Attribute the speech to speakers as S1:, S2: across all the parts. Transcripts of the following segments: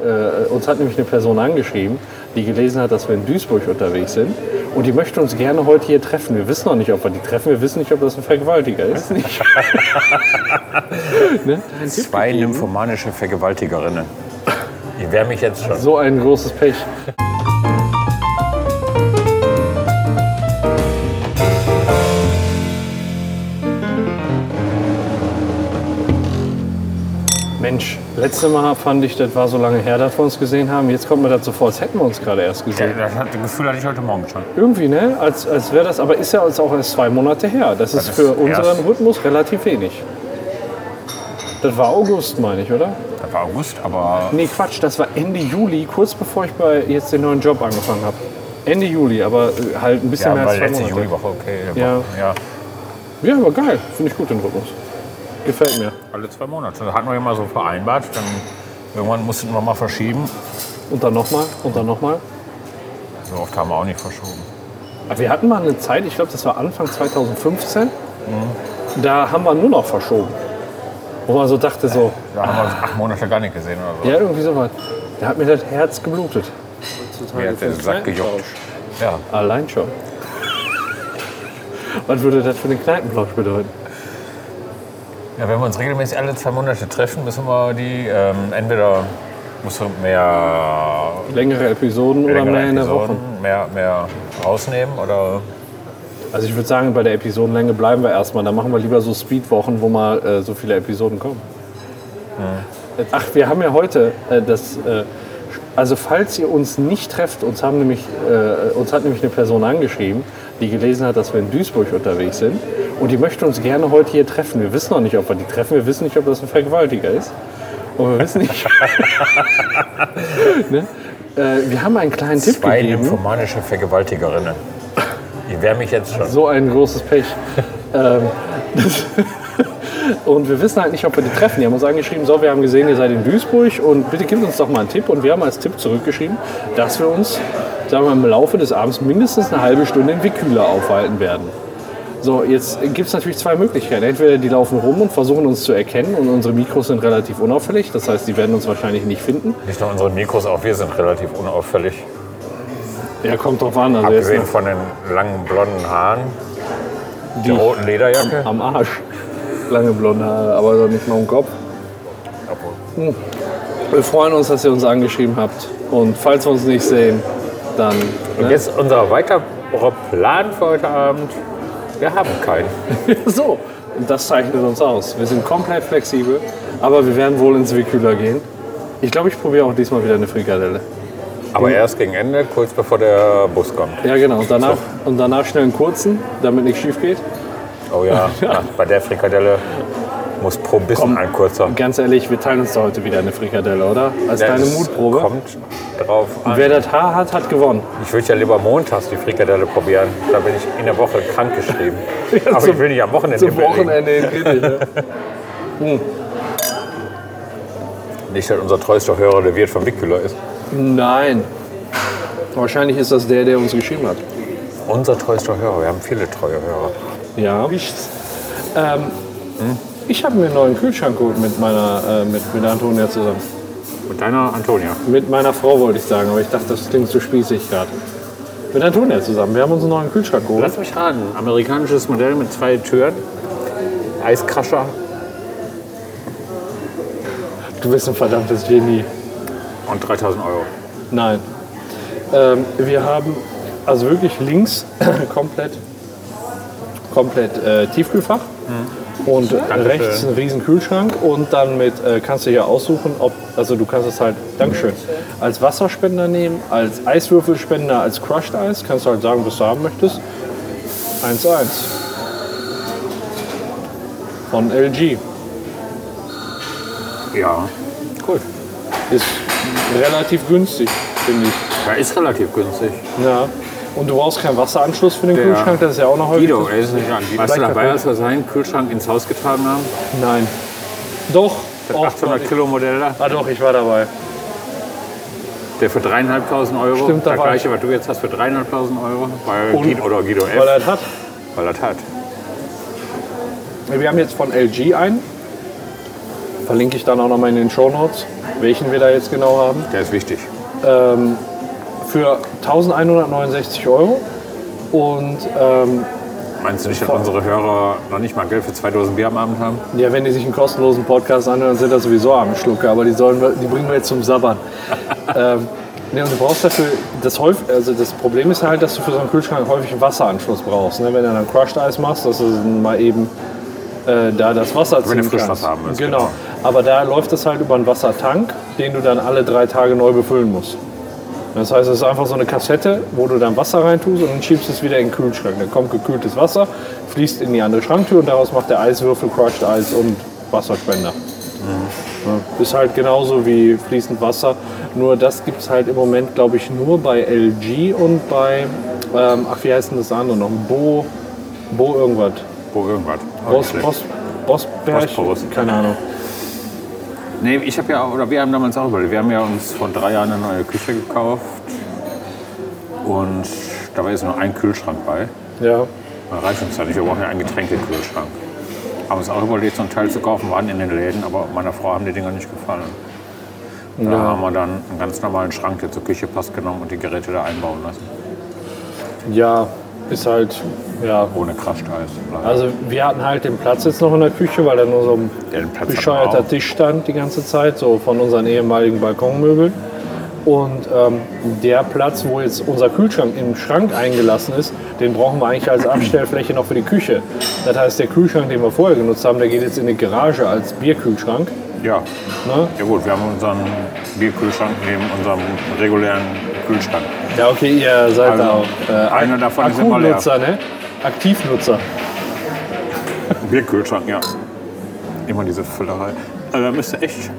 S1: äh, uns hat nämlich eine Person angeschrieben, die gelesen hat, dass wir in Duisburg unterwegs sind. Und die möchte uns gerne heute hier treffen. Wir wissen noch nicht, ob wir die treffen. Wir wissen nicht, ob das ein Vergewaltiger ist. Ne? Ein Tipp
S2: Zwei
S1: gegeben.
S2: nymphomanische Vergewaltigerinnen. Ich wär mich jetzt schon.
S1: So ein großes Pech. Mensch, letzte Mal fand ich, das war so lange her, dass wir uns gesehen haben. Jetzt kommt mir das so vor, als hätten wir uns gerade erst gesehen.
S2: Das hat- das Gefühl hatte ich heute Morgen schon.
S1: Irgendwie, ne? Als, als wäre das, aber ist ja jetzt auch erst zwei Monate her. Das ist
S2: ist
S1: für unseren
S2: erst-
S1: Rhythmus relativ wenig. Das war August, meine ich, oder?
S2: Das war August, aber
S1: Nee, Quatsch, das war Ende Juli, kurz bevor ich bei jetzt den neuen Job angefangen habe. Ende Juli, aber äh, halt ein bisschen
S2: ja,
S1: mehr
S2: war
S1: als zwei
S2: letzte
S1: Monate.
S2: Juliwoche, okay.
S1: Ja.
S2: ja.
S1: Ja, aber geil, finde ich gut den Rhythmus. Gefällt mir.
S2: Alle zwei Monate. Das hatten wir immer so vereinbart. Dann irgendwann mussten wir mal verschieben.
S1: Und dann nochmal, und dann nochmal.
S2: So oft haben wir auch nicht verschoben.
S1: Aber Wir hatten mal eine Zeit, ich glaube, das war Anfang 2015, da haben wir nur noch verschoben. Wo man so dachte, so,
S2: Da haben wir uns acht Monate gar nicht gesehen oder so.
S1: ja, irgendwie sowas. Da hat mir das Herz geblutet.
S2: Mir hat der Sack gejuckt. Ja.
S1: Allein schon. Was würde das für den Kneipenblausch bedeuten?
S2: ja, wenn wir uns regelmäßig alle zwei Monate treffen, müssen wir die ähm, entweder musst du mehr
S1: Längere Episoden oder
S2: längere
S1: mehr in der Woche?
S2: Episoden, mehr, mehr rausnehmen oder
S1: Also ich würde sagen, bei der Episodenlänge bleiben wir erstmal. Da machen wir lieber so Speedwochen, wo mal äh, so viele Episoden kommen. Ach, wir haben ja heute äh, das. Äh, also falls ihr uns nicht trefft, uns, haben nämlich, äh, uns hat nämlich eine Person angeschrieben, die gelesen hat, dass wir in Duisburg unterwegs sind. Und die möchte uns gerne heute hier treffen. Wir wissen noch nicht, ob wir die treffen. Wir wissen nicht, ob das ein Vergewaltiger ist. Und wir wissen nicht. ne? äh, wir haben einen kleinen Tipp
S2: zwei
S1: gegeben.
S2: nymphomanische Vergewaltigerinnen. Ich wär mich jetzt schon.
S1: So ein großes Pech. ähm, das und wir wissen halt nicht, ob wir die treffen. Die haben uns angeschrieben, so, wir haben gesehen, ihr seid in Duisburg und bitte gebt uns doch mal einen Tipp. Und wir haben als Tipp zurückgeschrieben, dass wir uns sagen wir, mal, im Laufe des Abends mindestens eine halbe Stunde in Wikühler aufhalten werden. So, jetzt gibt es natürlich zwei Möglichkeiten. Entweder die laufen rum und versuchen uns zu erkennen und unsere Mikros sind relativ unauffällig. Das heißt, die werden uns wahrscheinlich nicht finden.
S2: Nicht nur unsere Mikros, auch wir sind relativ unauffällig.
S1: Ja, kommt drauf an. Also jetzt
S2: Abgesehen von den langen blonden Haaren,
S1: die
S2: der roten Lederjacke.
S1: am Arsch. Lange blonde Haare, aber doch nicht mal im Kopf.
S2: Obwohl,
S1: Wir freuen uns, dass ihr uns angeschrieben habt. Und falls wir uns nicht sehen, dann.
S2: Und
S1: Ne?
S2: jetzt unser weiterer Plan für heute Abend. Wir haben keinen.
S1: So, und das zeichnet uns aus. Wir sind komplett flexibel, aber wir werden wohl ins Wikühler gehen. Ich glaube, ich probiere auch diesmal wieder eine Frikadelle.
S2: Aber erst gegen Ende, kurz bevor der Bus kommt.
S1: Ja, genau. Und danach, und danach schnell einen kurzen, damit nichts schief geht.
S2: Oh ja, na, bei der Frikadelle muss pro Bissen ein kurzer.
S1: Ganz ehrlich, wir teilen uns da heute wieder eine Frikadelle, oder? Als kleine
S2: Das
S1: Mutprobe.
S2: Kommt drauf an.
S1: Wer das Haar hat, hat gewonnen.
S2: Ich würde ja lieber montags die Frikadelle probieren. Da bin ich in der Woche krank geschrieben. Aber
S1: zum-
S2: ich will nicht am Wochenende.
S1: Zum
S2: im Bett liegen.
S1: Wochenende in Kritisch. ne?
S2: Nicht, dass unser treuester Hörer der Wirt von Wickkühler ist.
S1: Nein. Wahrscheinlich ist das der, der uns geschrieben hat.
S2: Unser treuester Hörer. Wir haben viele treue Hörer.
S1: Ja. Ähm, Ich habe mir einen neuen Kühlschrank geholt mit meiner, äh, mit, mit Antonia zusammen.
S2: Mit deiner Antonia.
S1: Mit meiner Frau wollte ich sagen, aber ich dachte, das klingt zu spießig gerade. Mit Antonia zusammen. Wir haben uns einen neuen Kühlschrank geholt.
S2: Lass mich raten. Amerikanisches Modell mit zwei Türen. Eiskrascher.
S1: Du bist ein verdammtes Genie.
S2: und 3000 Euro.
S1: Nein. Ähm, wir haben also wirklich links komplett, komplett äh, Tiefkühlfach und rechts einen riesen Kühlschrank und dann mit äh, kannst du hier aussuchen, ob also du kannst es halt, Dankeschön, als Wasserspender nehmen, als Eiswürfelspender, als Crushed Eis, kannst du halt sagen, was du haben möchtest. 1 zu 1. Von LG.
S2: Ja. Cool.
S1: Ist relativ günstig, finde ich.
S2: Ja, ist relativ günstig.
S1: Ja. Und du brauchst keinen Wasseranschluss für den
S2: Der
S1: Kühlschrank, das ist ja auch noch häufig.
S2: Guido, er ist nicht an. Warst du dabei, als wir seinen Kühlschrank ins Haus getragen haben?
S1: Nein. Doch.
S2: Das
S1: Och,
S2: 800
S1: Gott,
S2: Kilo Modell da,
S1: ich- Ah doch, ich war dabei.
S2: der für 3.500 Euro.
S1: Stimmt, da
S2: der
S1: war
S2: gleiche, was du jetzt hast, für 3.500 Euro. Bei
S1: Und-
S2: Guido oder Guido F.
S1: Weil er das hat.
S2: weil das hat.
S1: Wir haben jetzt von LG einen. Verlinke ich dann auch nochmal in den Show Notes. welchen wir da jetzt genau haben,
S2: Der ist wichtig.
S1: für 1169 Euro. Und ähm,
S2: Meinst du nicht, dass unsere Hörer noch nicht mal Geld für zwei Dosen Bier am Abend haben?
S1: ja, wenn die sich einen kostenlosen Podcast anhören, sind das sowieso arme Schlucke, aber die, sollen wir, die bringen wir jetzt zum Sabbern. ähm, nee, und du brauchst dafür, das, häuf- also das Problem ist halt, dass du für so einen Kühlschrank häufig einen Wasseranschluss brauchst. Ne? Wenn du dann Crushed Eis machst, dass du mal eben äh, da das Wasser
S2: Wenn du
S1: ziehen
S2: Frischwasser
S1: kannst.
S2: haben willst,
S1: Genau.
S2: genau.
S1: Aber da läuft es halt über einen Wassertank, den du dann alle drei Tage neu befüllen musst. Das heißt, es ist einfach so eine Kassette, wo du dann Wasser reintust und dann schiebst es wieder in den Kühlschrank. Dann kommt gekühltes Wasser, fließt in die andere Schranktür und daraus macht der Eiswürfel Crushed Eis und Wasserspender. Ja, Ist halt genauso wie fließend Wasser. Nur das gibt es halt im Moment, glaube ich, nur bei LG und bei, ähm, ach, wie heißt denn das andere noch? Bo, Bo irgendwas.
S2: Wo irgendwas. Auch
S1: Bos,
S2: nicht schlecht.
S1: Bos, Bosberg?
S2: Bosporus.
S1: Keine Ahnung.
S2: Nee, ich habe ja, oder wir haben damals auch überlegt, wir haben ja uns vor drei Jahren eine neue Küche gekauft. Und dabei ist nur ein Kühlschrank bei.
S1: Ja.
S2: Da reicht uns ja nicht, wir brauchen ja einen Getränkekühlschrank. Haben uns auch überlegt, so einen Teil zu kaufen, waren in den Läden, aber meiner Frau haben die Dinger nicht gefallen. Da haben wir dann einen ganz normalen Schrank, der zur Küche passt, genommen und die Geräte da einbauen lassen.
S1: Ja, ist halt, ja.
S2: Ohne Crashteis.
S1: Also wir hatten halt den Platz jetzt noch in der Küche, weil da nur so ein
S2: Den Platz hatten wir
S1: bescheuerter
S2: auch.
S1: Tisch stand die ganze Zeit, so von unseren ehemaligen Balkonmöbeln. Und ähm, der Platz, wo jetzt unser Kühlschrank im Schrank eingelassen ist, den brauchen wir eigentlich als Abstellfläche noch für die Küche. Das heißt, der Kühlschrank, den wir vorher genutzt haben, der geht jetzt in die Garage als Bierkühlschrank.
S2: Ja.
S1: Ne?
S2: ja gut, wir haben unseren Bierkühlschrank neben unserem regulären Kühlschrank.
S1: Ja, okay, ihr seid
S2: Also,
S1: da auch äh,
S2: einer davon ist immer leer.
S1: Akku-Nutzer, ne? Aktivnutzer.
S2: Bierkühlschrank, ja. Immer diese Füllerei. Also da müsste echt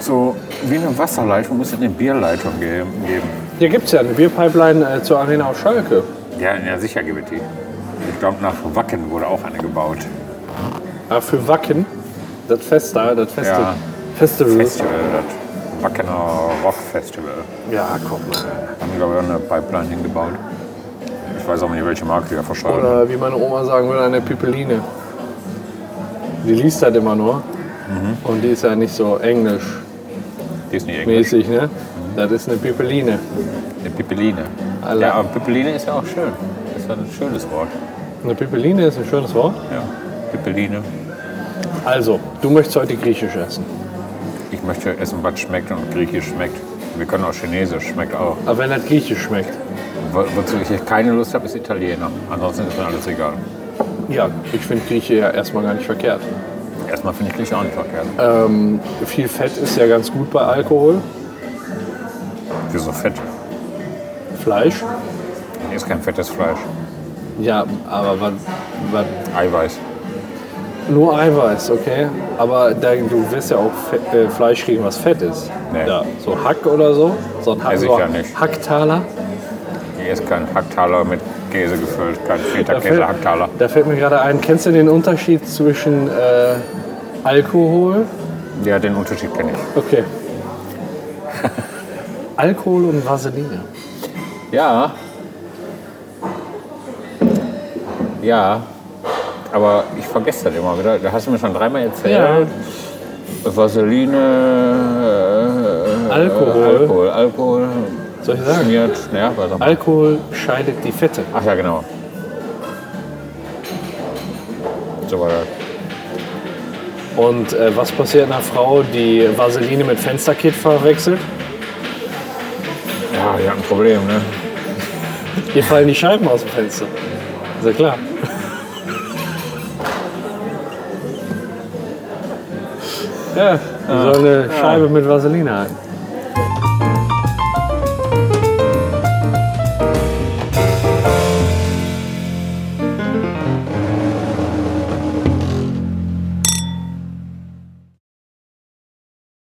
S2: so wie eine Wasserleitung, müsste eine Bierleitung ge- geben.
S1: Hier gibt es ja eine Bierpipeline äh, zur Arena auf Schalke.
S2: Ja, ja sicher gibt es die. Ich glaube, nach Wacken wurde auch eine gebaut.
S1: Ah, für Wacken, das Fest da, das Feste,
S2: Ja.
S1: Festival.
S2: Festival, das Wackener Rock Festival.
S1: Ja, komm.
S2: Haben, glaube ich, auch eine Pipeline hingebaut. Ich weiß auch nicht, welche Marke die da verschreiben.
S1: Oder wie meine Oma sagen würde, eine Pipeline. Die liest halt immer nur. Und die ist ja nicht so englischmäßig,
S2: Die ist nicht irgendwie
S1: ne? Das ist eine Pipeline.
S2: eine Pipeline.
S1: Alle-
S2: Ja, aber Pipeline ist ja auch schön. Das ist ja ein schönes Wort.
S1: Eine Pipeline ist ein schönes Wort.
S2: Ja. Pipeline.
S1: Also, du möchtest heute griechisch essen.
S2: Ich möchte essen, was schmeckt und griechisch schmeckt. Wir können auch chinesisch, schmeckt auch.
S1: Aber wenn das griechisch schmeckt.
S2: Wo- Wozu ich keine Lust habe, ist Italiener. Ansonsten ist mir alles egal.
S1: Ja, ich finde Grieche ja erstmal gar nicht verkehrt.
S2: Erstmal finde ich Grieche auch nicht verkehrt.
S1: Ähm, viel Fett ist ja ganz gut bei Alkohol.
S2: Wieso Fett?
S1: Fleisch.
S2: Hier ist kein fettes Fleisch.
S1: Ja, aber was, was
S2: Eiweiß.
S1: Nur Eiweiß, okay. Aber da, du wirst ja auch Fe äh, Fleisch kriegen, was fett ist.
S2: Nee.
S1: Ja, so Hack oder so. So ein Hack,
S2: Esse ich
S1: so
S2: ja nicht.
S1: Hacktaler.
S2: Hier ist kein Hacktaler mit Käse gefüllt, kein
S1: Da
S2: Feta-Käse,
S1: fällt,
S2: Hacktaler.
S1: da fällt mir gerade ein, kennst du den Unterschied zwischen äh, Alkohol?
S2: Ja, den Unterschied kenne ich.
S1: Okay. Alkohol und Vaseline.
S2: Ja. Ja. Aber ich vergesse das immer wieder. Da hast du mir schon dreimal erzählt. Vaseline. äh,
S1: Alkohol.
S2: Alkohol. Alkohol.
S1: Soll ich sagen?
S2: Schmiert. Ja, was auch immer.
S1: Alkohol scheidet die Fette.
S2: also. Ach ja, genau. So war das.
S1: Und äh, was passiert einer Frau, die Vaseline mit Fensterkit verwechselt?
S2: Ja, die hat ein Problem, ne?
S1: Ihr fallen die Scheiben aus dem Fenster. Ist ja klar. Ja, die soll eine Scheibe mit Vaseline halten.